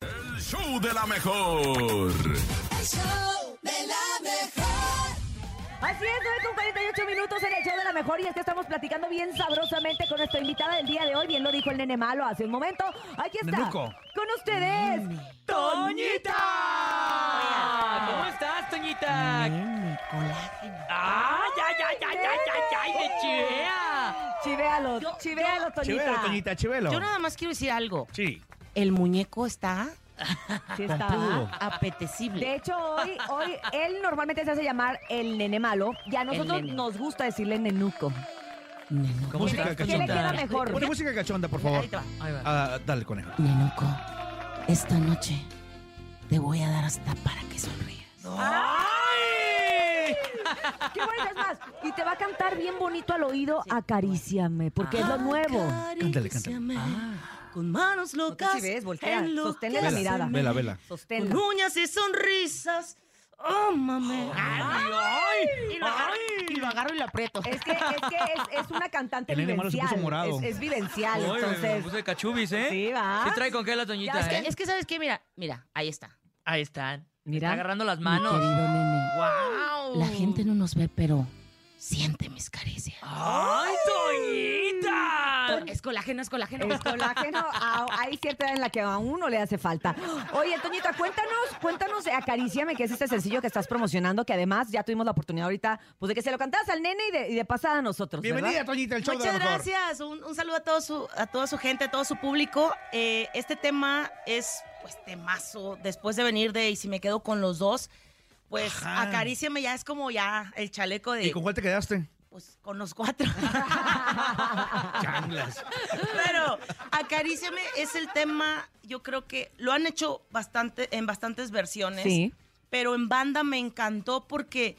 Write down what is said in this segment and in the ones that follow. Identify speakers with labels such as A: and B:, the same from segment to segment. A: El show de la mejor.
B: El show de la mejor.
C: Así es, 9 con 48 minutos en el show de la mejor y es que estamos platicando bien sabrosamente con nuestra invitada del día de hoy. Bien lo dijo el nene malo hace un momento. Aquí está.
D: Nenuco. Mm.
C: Con ustedes,
E: ¡Toñita! ¿Cómo estás, Toñita? ¡Ay, ay, ay, ay, ay, ay, ay, de chivea!
C: Chivéalo,
F: Yo-
C: chivéalo, Toñita.
D: Chivelo, Toñita, chivelo.
F: Yo nada más quiero decir algo.
D: Sí.
F: El muñeco está
C: Sí está.
D: Pompudo.
C: De
F: apetecible.
C: hecho, hoy, hoy él normalmente se hace llamar el nene malo y a nosotros
F: nene.
C: nos gusta decirle nenuco.
F: Nenuco.
D: ¿Cómo Música
C: ¿Qué le- ¿Qué le queda
D: cachonda.
C: mejor?
D: Pone música cachonda, por favor.
F: Ahí te va.
E: Ahí va.
D: Ah, dale, conejo.
F: Nenuco, esta noche te voy a dar hasta para que sonrías.
E: ¡Ay!
C: Qué bueno, es más. Y te va a cantar bien bonito al oído, acaríciame, porque es lo
F: Ah,
C: nuevo.
D: Cántale, Ah. cántale.
F: Con manos locas.
C: te chives, voltea,
F: en lo
C: sostén
F: que
C: la
D: Vela,
F: se
C: mirada.
F: me-
D: vela, vela.
C: Sosténla.
F: Con uñas y sonrisas. Oh, mame.
E: ¡Ay!
F: Y lo agarro- y lo agarro y lo aprieto.
C: Es que, es, que es, es una cantante
D: El nene malo se
C: vivencial.
D: puso morado.
C: Es, es vivencial,
E: Ay, me
C: entonces.
E: puse cachubis, ¿eh?
C: Sí, va.
E: Sí trae con qué la Toñita,
C: Ya,
F: Es que,
E: ¿eh?
F: es que, ¿sabes qué? Mira, mira, ahí está.
E: Ahí están.
C: Mira.
E: Está agarrando las
F: Mi
E: manos.
F: querido nene.
E: ¡Wow!
C: Oh.
F: La gente no nos ve, pero siente mis caricias.
E: ¡Ay, Toñita!
F: Es colágeno, es colágeno.
C: Es
F: Es colágeno.
C: colágeno, a- hay cierta edad en la que a uno le hace falta. Oye, Toñita, cuéntanos, cuéntanos, de acaríciame, que es este sencillo que estás promocionando, que además ya tuvimos la oportunidad ahorita, pues de que se lo cantabas al nene y de, y de pasada a nosotros. ¿verdad?
D: Bienvenida, Toñita, el show
F: Muchas
D: de la mejor.
F: gracias. Un, un saludo a, todo su, a toda su gente, a todo su público. Eh, este tema es, pues, temazo. Después de venir de Y si me quedo con los dos, pues,
D: Ajá.
F: acaríciame ya. Es como ya el chaleco de,
D: ¿Y con cuál te quedaste?
F: pues, con los cuatro.
D: Changlas.
F: Pero acaríciame es el tema, yo creo que lo han hecho bastante en bastantes versiones.
C: Sí.
F: Pero en banda me encantó porque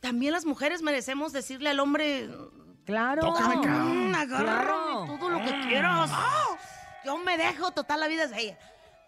F: también las mujeres merecemos decirle al hombre,
C: Claro.
D: Tócame, cabrón.
F: "Mm, agárrame
C: claro. Mm.
F: todo lo que quieras. Yo me dejo, total, la vida es de ella.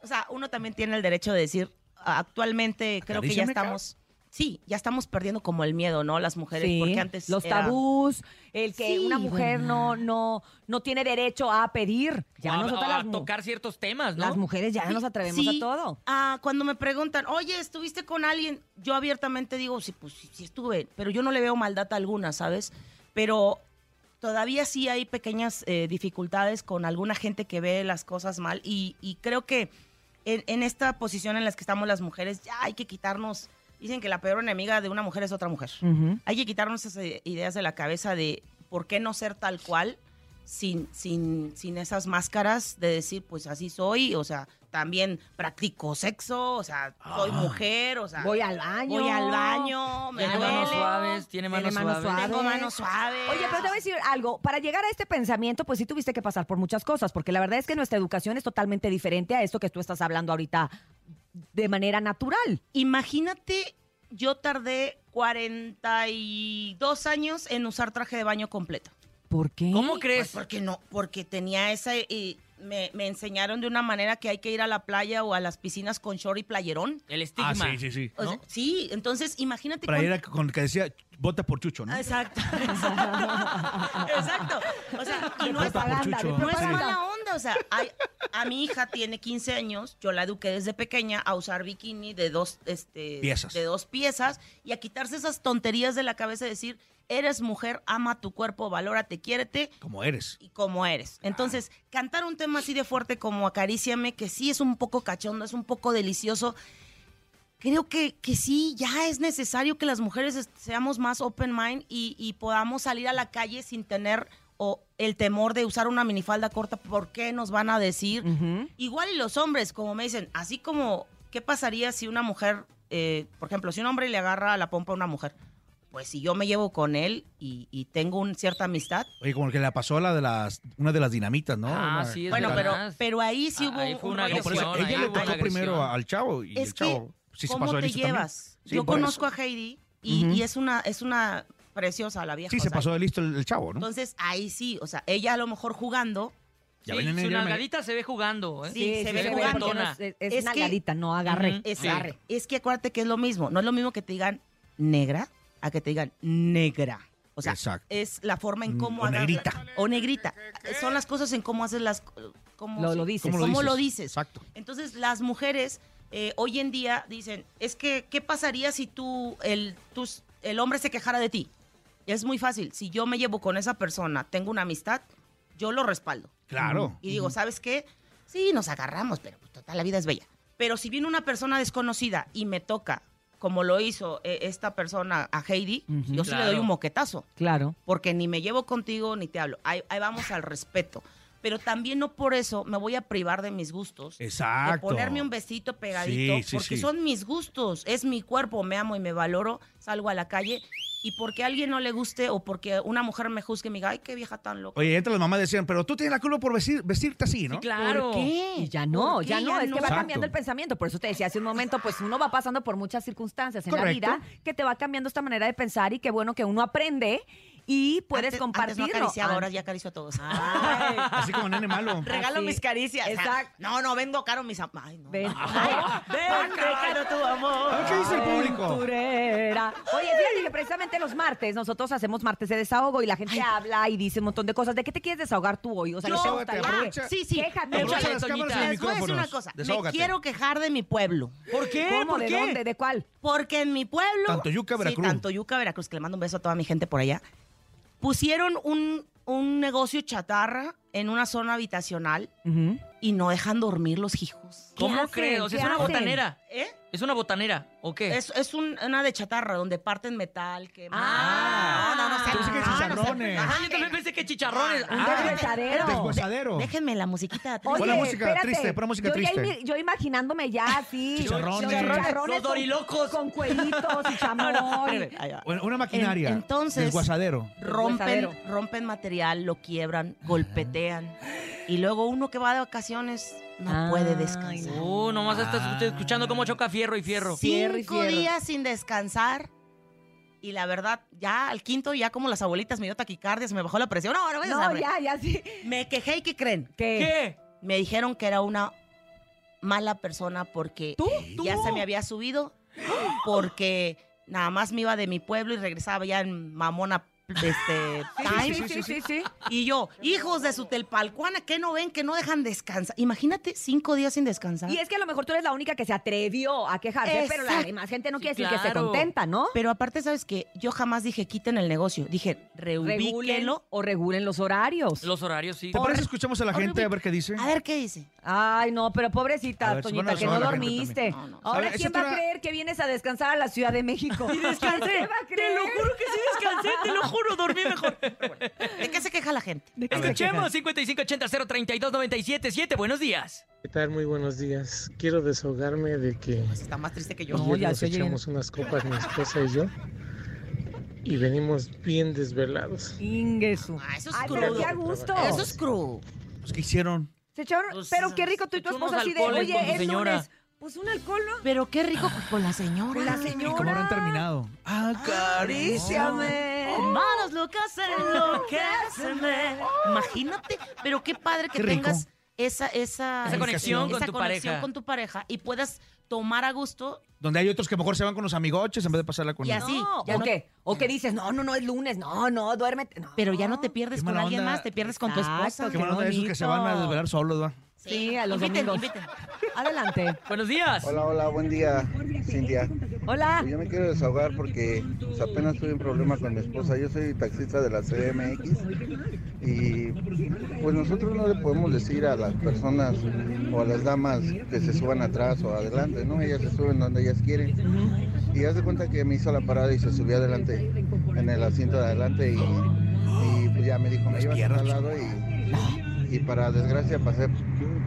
F: O sea, uno también tiene el derecho de decir, actualmente creo que ya
D: Acaríciame,
F: estamos... Sí, ya estamos perdiendo como el miedo, ¿no? Las mujeres,
C: Sí,
F: porque antes
C: los
F: era-
C: tabús, el que
F: Sí,
C: una mujer
F: ¿verdad?
C: no, no, no tiene derecho a pedir. Ya
E: O a,
C: nosotras
E: o a
C: las, mu-
E: tocar ciertos temas, ¿no?
C: las mujeres ya nos atrevemos
F: Sí,
C: a todo.
F: ah, cuando me preguntan, oye, ¿estuviste con alguien? Yo abiertamente digo, sí, pues sí, sí estuve, pero yo no le veo maldad alguna, ¿sabes? Pero todavía sí hay pequeñas eh, dificultades con alguna gente que ve las cosas mal y, y creo que en, en esta posición en la que estamos las mujeres, ya hay que quitarnos, dicen que la peor enemiga de una mujer es otra mujer.
C: Ujú.
F: Hay que quitarnos esas eh, ideas de la cabeza de por qué no ser tal cual sin, sin, sin esas máscaras de decir, pues así soy, o sea, también practico sexo, o sea, soy mujer, o sea,
C: Ah. Voy al baño.
F: voy al baño, me
E: Tiene
F: duele,
E: manos suaves,
C: Tiene
E: tiene manos
C: manos
E: suaves.
C: suaves.
F: tengo manos suaves.
C: Oye, pero te voy a decir algo. Para llegar a este pensamiento, pues sí tuviste que pasar por muchas cosas, porque la verdad es que nuestra educación es totalmente diferente a esto que tú estás hablando ahorita de manera natural.
F: Imagínate, yo tardé 42 años en usar traje de baño completo.
C: ¿Por qué?
E: ¿Cómo crees?
F: Pues porque no, porque tenía esa y me, me enseñaron de una manera que hay que ir a la playa o a las piscinas con short y playerón.
E: El estigma.
D: Ah, sí, sí, sí.
F: O sea, sí, entonces imagínate. cuán-
D: Playera con que decía, vota por Chucho, ¿no?
F: Exacto, exacto. exacto. O sea, y no
D: Vota por
F: es,
C: propaganda,
D: Chucho.
C: de
F: no es
C: propaganda.
F: mala onda. O sea, hay- a mi hija tiene 15 años, yo la eduqué desde pequeña a usar bikini de dos, este,
D: Piezas.
F: de dos piezas y a quitarse esas tonterías de la cabeza y decir, eres mujer, ama tu cuerpo, valórate, quiérete
D: Como eres.
F: y como eres. Entonces, cantar un tema así de fuerte como Acaríciame, que sí es un poco cachondo, es un poco delicioso, creo que, que sí, ya es necesario que las mujeres est- seamos más open mind y, y podamos salir a la calle sin tener o, el temor de usar una minifalda corta, ¿por qué nos van a decir?
C: Ujú.
F: Igual y los hombres, como me dicen, así como, ¿qué pasaría si una mujer, eh, por ejemplo, si un hombre le agarra la pompa a una mujer? Pues si yo me llevo con él y, y tengo una cierta amistad,
D: Oye, como el que le pasó a la de las, una de las dinamitas, ¿no?
E: Ah,
D: Una-
E: sí, es
F: Bueno, pero,
E: verdad.
F: pero ahí sí
E: Ah,
F: hubo
E: ahí fue
F: un
E: una
F: rollo
D: No, por eso,
E: agresión,
D: ella
E: ahí
D: le
E: fue una
D: tocó primero
E: agresión.
D: al chavo y
F: Es
D: el
F: que,
D: chavo. sí se
F: ¿Cómo
D: pasó de
F: te
D: listo también.
F: llevas?
D: Sí,
F: Yo
D: por eso.
F: conozco a Heidi y,
C: Ujú.
F: y es una es una preciosa la vieja.
D: Sí,
F: o
D: se
F: sea,
D: pasó de listo el, el chavo, ¿no?
F: Entonces ahí sí, o sea, ella a lo mejor jugando.
D: Ya
E: Sí,
D: ven en
E: su
D: el-
E: nalgadita se ve jugando, ¿eh?
F: Sí, se ve
C: porque
E: jugandona.
C: no Es, es,
F: Es que-
C: nalgadita, no agarre.
E: Ujú.
F: Es,
E: Sí.
F: arre. es que acuérdate que es lo mismo. No es lo mismo que te digan negra a que te digan negra. O sea,
D: Exacto.
F: es la forma en
D: Mm,
F: cómo
D: o
F: agarra-
D: negrita.
F: O negrita. Son las cosas en cómo haces las. Cómo,
C: Lo- lo dices.
D: ¿Cómo lo dices?
F: dices.
D: Exacto.
F: Entonces, las mujeres eh, hoy en día dicen, es que, ¿qué pasaría si tú, el, tus- el hombre se quejara de ti? Es muy fácil. Si yo me llevo con esa persona, tengo una amistad, yo lo respaldo.
D: Claro.
F: Y digo, ¿sabes qué? Sí, nos agarramos, pero pues, total, la vida es bella. Pero si viene una persona desconocida y me toca, como lo hizo eh, esta persona a Heidi, yo sí le doy
E: Claro.
F: un moquetazo
C: Claro.
F: porque ni me llevo contigo ni te hablo. Ahí, ahí vamos al respeto. Pero también no por eso me voy a privar de mis gustos. De
D: Exacto.
F: ponerme un vestito pegadito,
D: Sí, sí, sí.
F: porque son mis gustos, es mi cuerpo, me amo y me valoro, salgo a la calle y porque a alguien no le guste o porque una mujer me juzgue y me diga, ay, qué vieja tan loca.
D: Oye, entre las mamás decían, pero tú tienes la culpa por vestir- vestirte así, ¿no?
E: Sí, claro.
F: ¿Por qué?
C: Y ya no,
F: ¿Por qué
C: ya no, es que va
D: Exacto.
C: cambiando el pensamiento. Por eso te decía hace un momento, pues uno va pasando por muchas circunstancias en
D: Correcto.
C: la vida que te va cambiando esta manera de pensar y qué bueno que uno aprende y puedes
F: Antes-
C: compartirlo.
F: Antes no acariciaba,
C: Ah,
F: ahora ya acaricio a todos.
D: Así como nene malo.
F: Regalo
C: Así.
F: mis caricias.
C: Exacto.
F: No, no, vendo caro mis am- Ay, no.
C: Ven.
F: no. Ah, Ay, vendo caro tu amor.
D: ¿Qué dice el público?
C: Aventurera. Oye, fíjate que precisamente los martes, nosotros hacemos martes de desahogo y la gente habla y dice un montón de cosas. ¿De qué te quieres desahogar tú hoy? O sea, ¿qué te
D: Yo-
C: gustaría?
D: aprovecha-
F: sí, sí.
C: Quéjate.
D: Aprovecha
E: Échale,
D: las cámaras y
E: Toñita.
D: los
F: Les voy a decir una
D: micrófonos.
F: cosa. Me
D: Desahógate.
F: quiero quejar de mi pueblo.
E: ¿Por qué?
C: ¿Cómo?
E: ¿Por
C: ¿De
E: qué?
C: dónde? ¿De cuál?
F: Porque en mi pueblo.
D: Tantoyuca, Veracruz.
F: Sí, Tantoyuca, Veracruz, que le mando un beso a toda mi gente por allá. Pusieron un, un negocio chatarra en una zona habitacional y no dejan dormir los hijos.
E: ¿Cómo
C: hacen?
E: crees? O sea,
C: ¿Qué
E: es una
C: hacen?
E: botanera.
F: ¿Eh?
E: ¿Es una botanera o qué?
F: Es, es un- una de chatarra donde parten metal, que
E: Ah.
F: no, no, no,
E: Yo
D: pensé que
F: no, no,
D: chicharrones.
F: no, no,
E: Ah,
F: no,
E: yo también pensé que chicharrones.
C: Un
E: Ah,
C: deshuesadero.
D: Deshuesadero.
F: Déjenme la musiquita. de atrás.
D: Oye, Ponle música triste, ponle música
C: yo ya
D: triste.
C: imi- yo imaginándome ya así.
D: Chicharrones.
E: Los
C: con-
E: dorilocos.
C: Con, cuellitos y chamón.
F: Espérame, ahí va.
D: Una una maquinaria.
F: En- entonces-
D: Desguasadero.
F: rompen,
C: Huesadero.
F: rompen material, lo quiebran, golpetean. Y luego uno que va de vacaciones no puede
C: Ay,
F: descansar.
E: Uh, nomás
D: Ah.
E: estás usted escuchando cómo choca fierro y fierro.
C: Fierro y
F: Cinco
C: fierro.
F: días sin descansar. Y la verdad, ya al quinto, ya como las abuelitas me dio taquicardia, se me bajó la presión. No, no, voy a
C: No,
F: desarmar.
C: ya, ya sí.
F: Me quejé y ¿qué creen?
C: ¿Qué?
E: ¿Qué?
F: Me dijeron que era una mala persona porque
E: ¿Tú? ¿Tú?
F: ya se me había subido, porque nada más me iba de mi pueblo y regresaba ya en mamona este, time.
C: Sí, sí, sí, sí.
F: Y yo, hijos de su telpalcuana, ¿qué no ven? Que no dejan descansar. Imagínate cinco días sin descansar.
C: Y es que a lo mejor tú eres la única que se atrevió a quejarse, pero la
F: Exacto.
C: demás gente no
E: Sí,
C: quiere decir que se
E: claro.
C: contenta, ¿no?
F: Pero aparte, ¿sabes qué? Yo jamás dije quiten el negocio. Dije,
C: Regulen
F: reubíquenlo.
C: o regulen los horarios.
E: Los horarios, sí.
D: ¿Te parece que escuchamos a la
F: Ahora
D: gente
F: vi-
D: a ver qué dice?
F: A ver qué dice.
C: Ay, no, pero pobrecita,
D: A ver,
C: Toñita,
D: bueno,
C: que
D: no,
C: no
D: la gente
C: dormiste.
F: también. No, no.
D: A
C: Ahora,
D: ver,
C: ¿quién
D: esa
C: va a
D: era-
C: creer que vienes a descansar a la Ciudad de México? Y descansé. ¿Quién va a creer?
E: Te lo juro que sí descansé, te lo juro, dormí mejor.
F: ¿De qué se queja la gente?
C: ¿De qué se quejan?
E: Escuchemos 5580 032 977 Buenos días.
G: ¿Qué tal? Muy buenos días. Quiero desahogarme de que
F: Pues está más triste que yo.
C: No,
G: ayer
C: ya
G: nos
C: se oye bien.
G: echamos unas copas mi esposa y yo y venimos bien desvelados.
C: Ingesu.
F: Ah, eso es
C: Ay, pero
F: crudo.
C: qué a gusto.
F: Eso es crudo.
D: Pues, ¿Qué hicieron?
C: Se echaron-
F: Pues,
C: pero qué rico tú y
E: se
C: tu
E: echó unos
C: esposa así de,
E: alcoholes con su
C: oye, es
E: señora".
C: lunes. Pues un alcohol, ¿no?
F: Pero qué rico con la señora.
C: Con la
D: ¿Y cómo
C: señora.
D: habrán terminado? Ah,
C: Acaríciame.
F: Manos locas enloquecenme. Imagínate, pero qué padre que
D: Qué rico.
F: tengas esa, esa,
E: Esa conexión con
F: esa
E: tu
F: conexión
E: pareja.
F: con tu pareja y puedas tomar a gusto
D: Donde hay otros que mejor se van con los amigoches en vez de pasarla con
F: Y
D: ellos.
F: así.
C: No,
F: ya
C: ¿O
F: no-
C: qué? ¿O qué dices? No, no, no, es lunes. No, no, duérmete. No.
F: Pero ya no te
D: Qué
F: pierdes con
D: mala
F: alguien
D: onda.
F: más, te pierdes con tu
C: Exacto,
F: esposa.
D: Qué mala onda de esos que se van a
C: bonito.
D: desvelar solos, ¿va?
C: Sí, a los
F: inviten,
C: domingos.
F: inviten.
C: Adelante.
E: Buenos días.
H: Hola, hola, buen día, Cintia.
C: Hola.
H: Pues yo me quiero desahogar porque pues, apenas tuve un problema con mi esposa. Yo soy taxista de la CMX y pues nosotros no le podemos decir a las personas o a las damas que se suban atrás o adelante, ¿no? Ellas se suben donde ellas quieren. Y haz de cuenta que me hizo la parada y se subió adelante, en el asiento de adelante y, y, pues ya me dijo, me llevas al lado y, y para desgracia pasé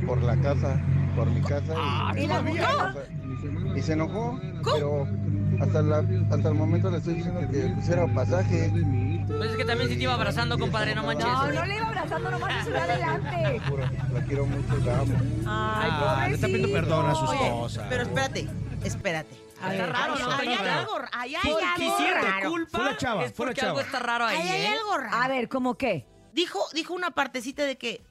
H: por la casa, por mi casa. y-
C: Ah, ¿y la buscó?
H: y se enojó, pero hasta, la, hasta el momento le estoy diciendo que pusiera pasaje.
E: Pues es que también sí te iba abrazando, compadre, no manches.
C: No, no le iba abrazando nomás se subió adelante.
H: Juro, La quiero mucho, la amo.
D: Ah, le está pidiendo
C: pobrecito.
D: perdón a su
C: Oye,
D: esposa.
F: Pero espérate, espérate.
C: A ver.
E: Está raro, ¿no?
F: Ahí hay
E: Está
F: algo,
E: raro.
F: ahí
E: Si
F: hay algo
E: quisiera
F: raro.
E: culpa,
D: Fuera chava,
E: es
D: fuera
E: porque
D: chava.
E: algo está raro ahí,
F: Ahí hay
E: ¿eh?
F: algo raro.
C: A ver, ¿cómo qué?
F: Dijo, dijo una partecita de que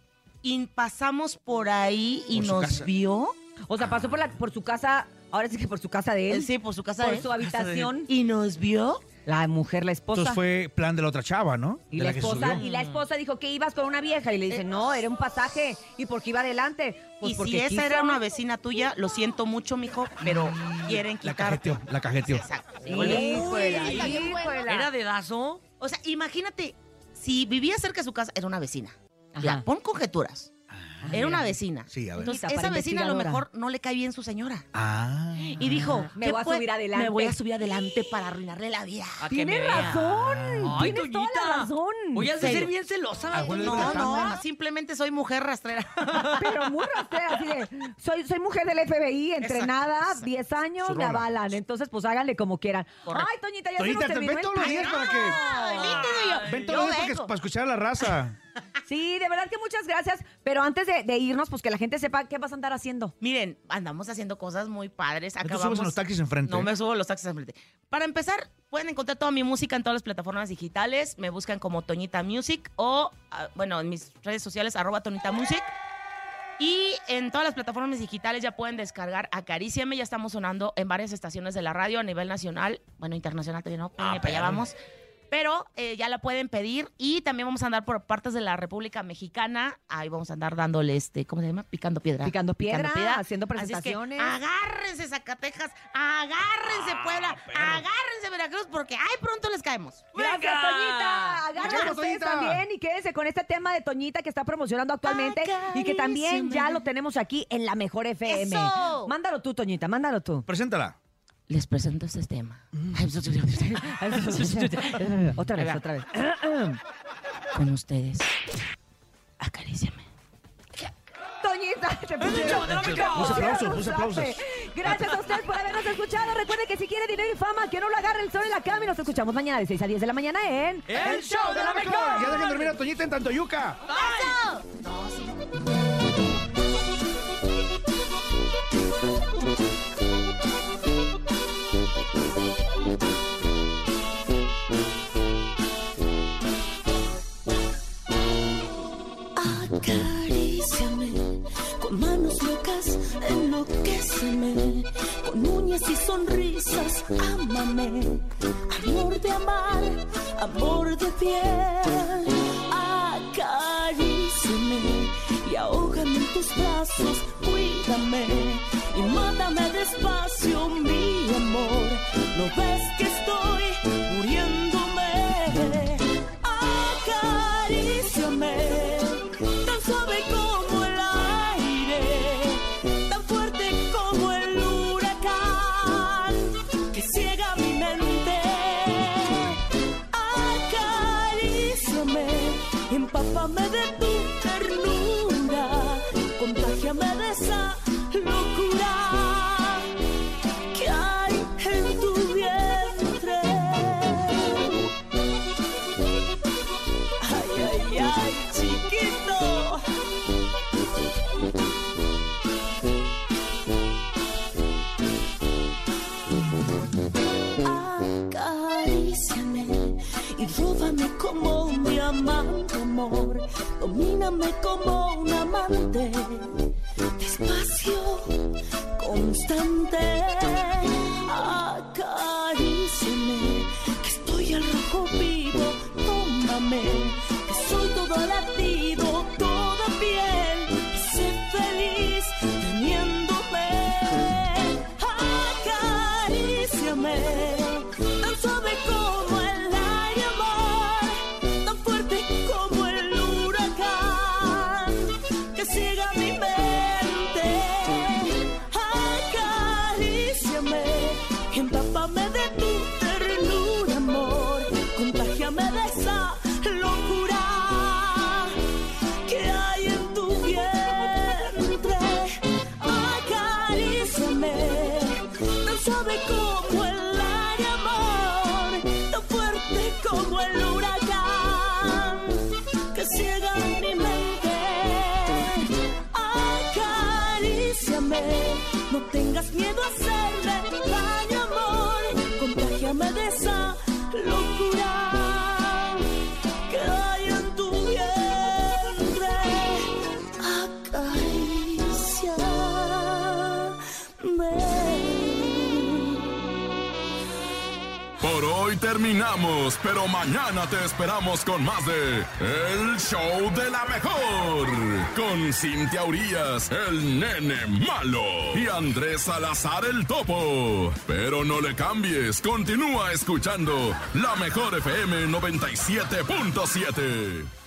F: in- pasamos por ahí y
D: Por su
F: nos
D: casa.
F: vio.
C: O sea, pasó por, la, por su casa, ahora sí que por su casa de él,
F: Sí, por su casa.
C: por
F: de él.
C: su habitación.
F: Y nos vio.
C: La mujer, la esposa.
D: Entonces fue plan de la otra chava, ¿no?
C: Y
D: de
C: la,
D: que se
C: esposa,
D: subió.
C: y la esposa dijo que ibas con una vieja. Y le dice, no, era un pasaje. ¿Y por qué iba adelante? Pues
F: y
C: porque
F: si esa
C: quiso.
F: era una vecina tuya, lo siento mucho, mijo, pero quieren
D: La
F: quitarte.
D: cajeteó, la cajeteó.
F: Exacto.
C: Híjole,
B: está bien bueno.
C: híjole.
E: ¿Era dedazo?
F: O sea, imagínate, si vivía cerca de su casa, era una vecina.
C: Ajá.
F: Ya, pon conjeturas. era una vecina.
D: Ah, Sí, a ver.
F: Entonces,
C: Para
F: esa vecina a lo
C: investigadora.
F: mejor no le cae bien su señora.
D: Ah.
F: Y dijo,
C: Me
F: ¿qué
C: voy a
F: puede-
C: subir adelante. Ah,
F: Me voy a subir adelante para arruinarle la vida.
E: Pa' que me
C: Tienes
E: vea.
C: razón.
E: Ay,
C: Tienes toda la
E: Toñita.
C: razón.
E: Voy a ser
F: serio.
E: bien celosa.
D: Abuelo de
E: Toñita.
F: No,
D: la
F: no,
D: cama.
F: simplemente soy mujer rastrera.
C: Pero muy rastrera, así de, soy, soy mujer del FBI, entrenada,
F: Exacto, exacto.
C: 10 años,
D: Su
C: me
D: rola.
C: avalan. Entonces, pues háganle como quieran.
F: Correcto.
C: Ay, Toñita, ya se
D: Toñita,
C: nos
D: te-
C: terminó
D: ven
C: el
D: todos los
C: tiempo.
D: días para que. Ven todos los
F: Yo
D: días para, que-
F: vengo.
D: para escuchar a la raza.
C: Sí, de verdad que muchas gracias. Pero antes de, de irnos, pues que la gente sepa qué vas a andar haciendo.
F: Miren, andamos haciendo cosas muy padres.
D: No te
F: Acabamos...
D: subas en los taxis enfrente.
F: No
D: ¿eh?
F: me subo a los taxis enfrente. Para empezar, pueden encontrar toda mi música en todas las plataformas digitales. Me buscan como Toñita Music o, ah, bueno, en mis redes sociales, arroba Toñita Music. Y en todas las plataformas digitales ya pueden descargar Acaríciame. Ya estamos sonando en varias estaciones de la radio a nivel nacional. Bueno, internacional todavía no,
D: Ah,
F: pero para allá vamos. Pero eh, ya la pueden pedir y también vamos a andar por partes de la República Mexicana. Ahí vamos a andar dándole este, ¿cómo se llama? Picando piedra.
C: Picando piedra, haciendo
F: Así es que
C: presentaciones.
F: agárrense Zacatejas, agárrense Puebla, agárrense Veracruz porque ay pronto les caemos.
C: Gracias,
E: ¡Venga!
C: Toñita. Agárrense
D: Muchas
C: ustedes
D: gracias, Toñita.
C: también y quédense con este tema de Toñita que está promocionando actualmente y que también ya lo tenemos aquí en la Mejor FM.
F: ¡Eso!
C: Mándalo tú, Toñita, mándalo tú.
D: Preséntala.
F: Les presento este tema.
C: otra
F: Ahí
C: vez,
F: va.
C: otra vez.
F: Con ustedes. Acaríciame.
C: Toñita, te pusieron-
E: no me
C: te
E: cago.
D: Puse
C: pusieron
D: aplausos, puse
C: un
D: aplausos.
C: zape. Gracias a ustedes por habernos escuchado. Recuerden que si quiere dinero y fama, que no lo agarre el sol en la cama. Y nos escuchamos mañana de 6 a 10 de la mañana en...
E: ¡El show de la mejor!
D: Ya dejen dormir a Toñita en Tantoyuca.
B: Acaríciame con manos locas, enloquéceme con uñas y sonrisas, ámame, amor de amar, amor de piel. Acaríciame y ahógame en tus brazos, cuídame y mátame despacio, mi amor. No ves que estoy muriéndome. Acaríciame, tan suave como el aire, tan fuerte como el huracán que ciega mi mente. Acaríciame, empápame de tu ternura, contágiame de esa locura que hay en tu vientre. Ay, ay, ay, chiquito. Acaríciame y róbame como un diamante, amor. Domíname como un amante. Despacio, constante. Acaríciame que estoy al rojo vivo. Tómame que soy todo latido, toda piel. Y sé feliz teniéndome. Acaríciame, tan suave como el aire, amor, tan fuerte como el huracán que ciega mi mente. Acaríciame, empápame de tu ternura, amor, contágiame de esa locura que hay en tu vientre. Acaríciame, tan suave como el aire, amor, tan fuerte como el huracán que ciega mi mente. Acaríciame, no tengas miedo a hacerme daño, amor, contágiame de esa locura que hay en tu vientre. Acaríciame.
A: Por Por hoy terminamos, pero mañana te esperamos con más de El Show de la Mejor. Con Cintia Urias, el nene malo. Y Andrés Salazar, el topo. Pero no le cambies, continúa escuchando La Mejor FM 97.7.